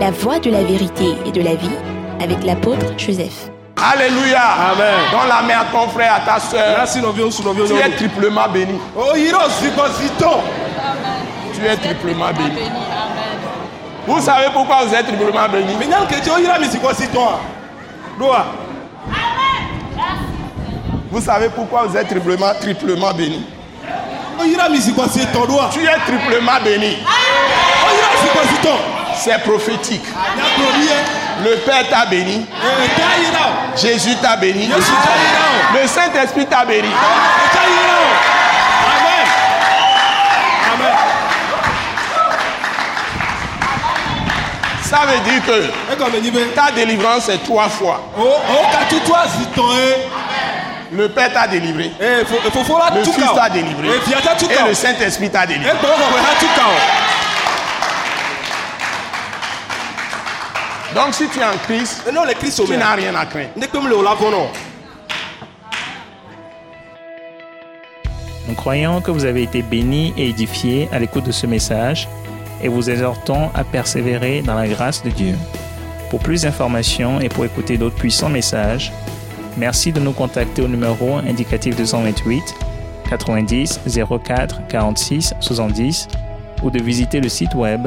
La voie de la vérité et de la vie avec l'apôtre Joseph. Alléluia. Amen. Dans la main à ton frère, à ta soeur, Merci, Novio, Sunovio, tu es Novio. triplement béni. Oh, Hiro, Ziko, Zito. Tu es triplement béni. Vous savez pourquoi vous êtes triplement béni Minyan Kechi, oh, Hira, Misiko, Zito. ah. Doa. Vous savez pourquoi vous êtes triplement, triplement béni Oh, Hira, Misiko, Zito. Doa. Tu es triplement béni. Oh, Hira, Misiko, Zito. C'est prophétique. Nya promis, eh. Le Père t'a béni. Eh, Ta Hira, Jésus t'a béni. oh. Yesu, Ta Hira, Le Saint-Esprit t'a béni. oh. Eh, Ta Hira, oh. Amen. Amen. Ça veut dire que Eh, comme Enibe. ta délivrance est trois fois. Oh, oh, Kachi, toi, Zito, eh. Le Père t'a délivré. Eh, fo- Fofola, Le Tuka, Fils oh. t'a délivré. Eh, Fiata, Tuka, Et oh. le Saint-Esprit t'a Eh, délivré. Pogogogwe, Ha, Tuka, oh. Donc si tu es en Christ, Eh, Non, le Christ, oh, tu mais. n'as rien à craindre. Ndé, comme le Olavono. Nous croyons que vous avez été bénis et édifiés à l'écoute de ce message et vous exhortons à persévérer dans la grâce de Dieu. Pour plus d'informations et pour écouter d'autres puissants messages, merci de nous contacter au numéro indicatif 228 90 04 46 70 ou de visiter le site web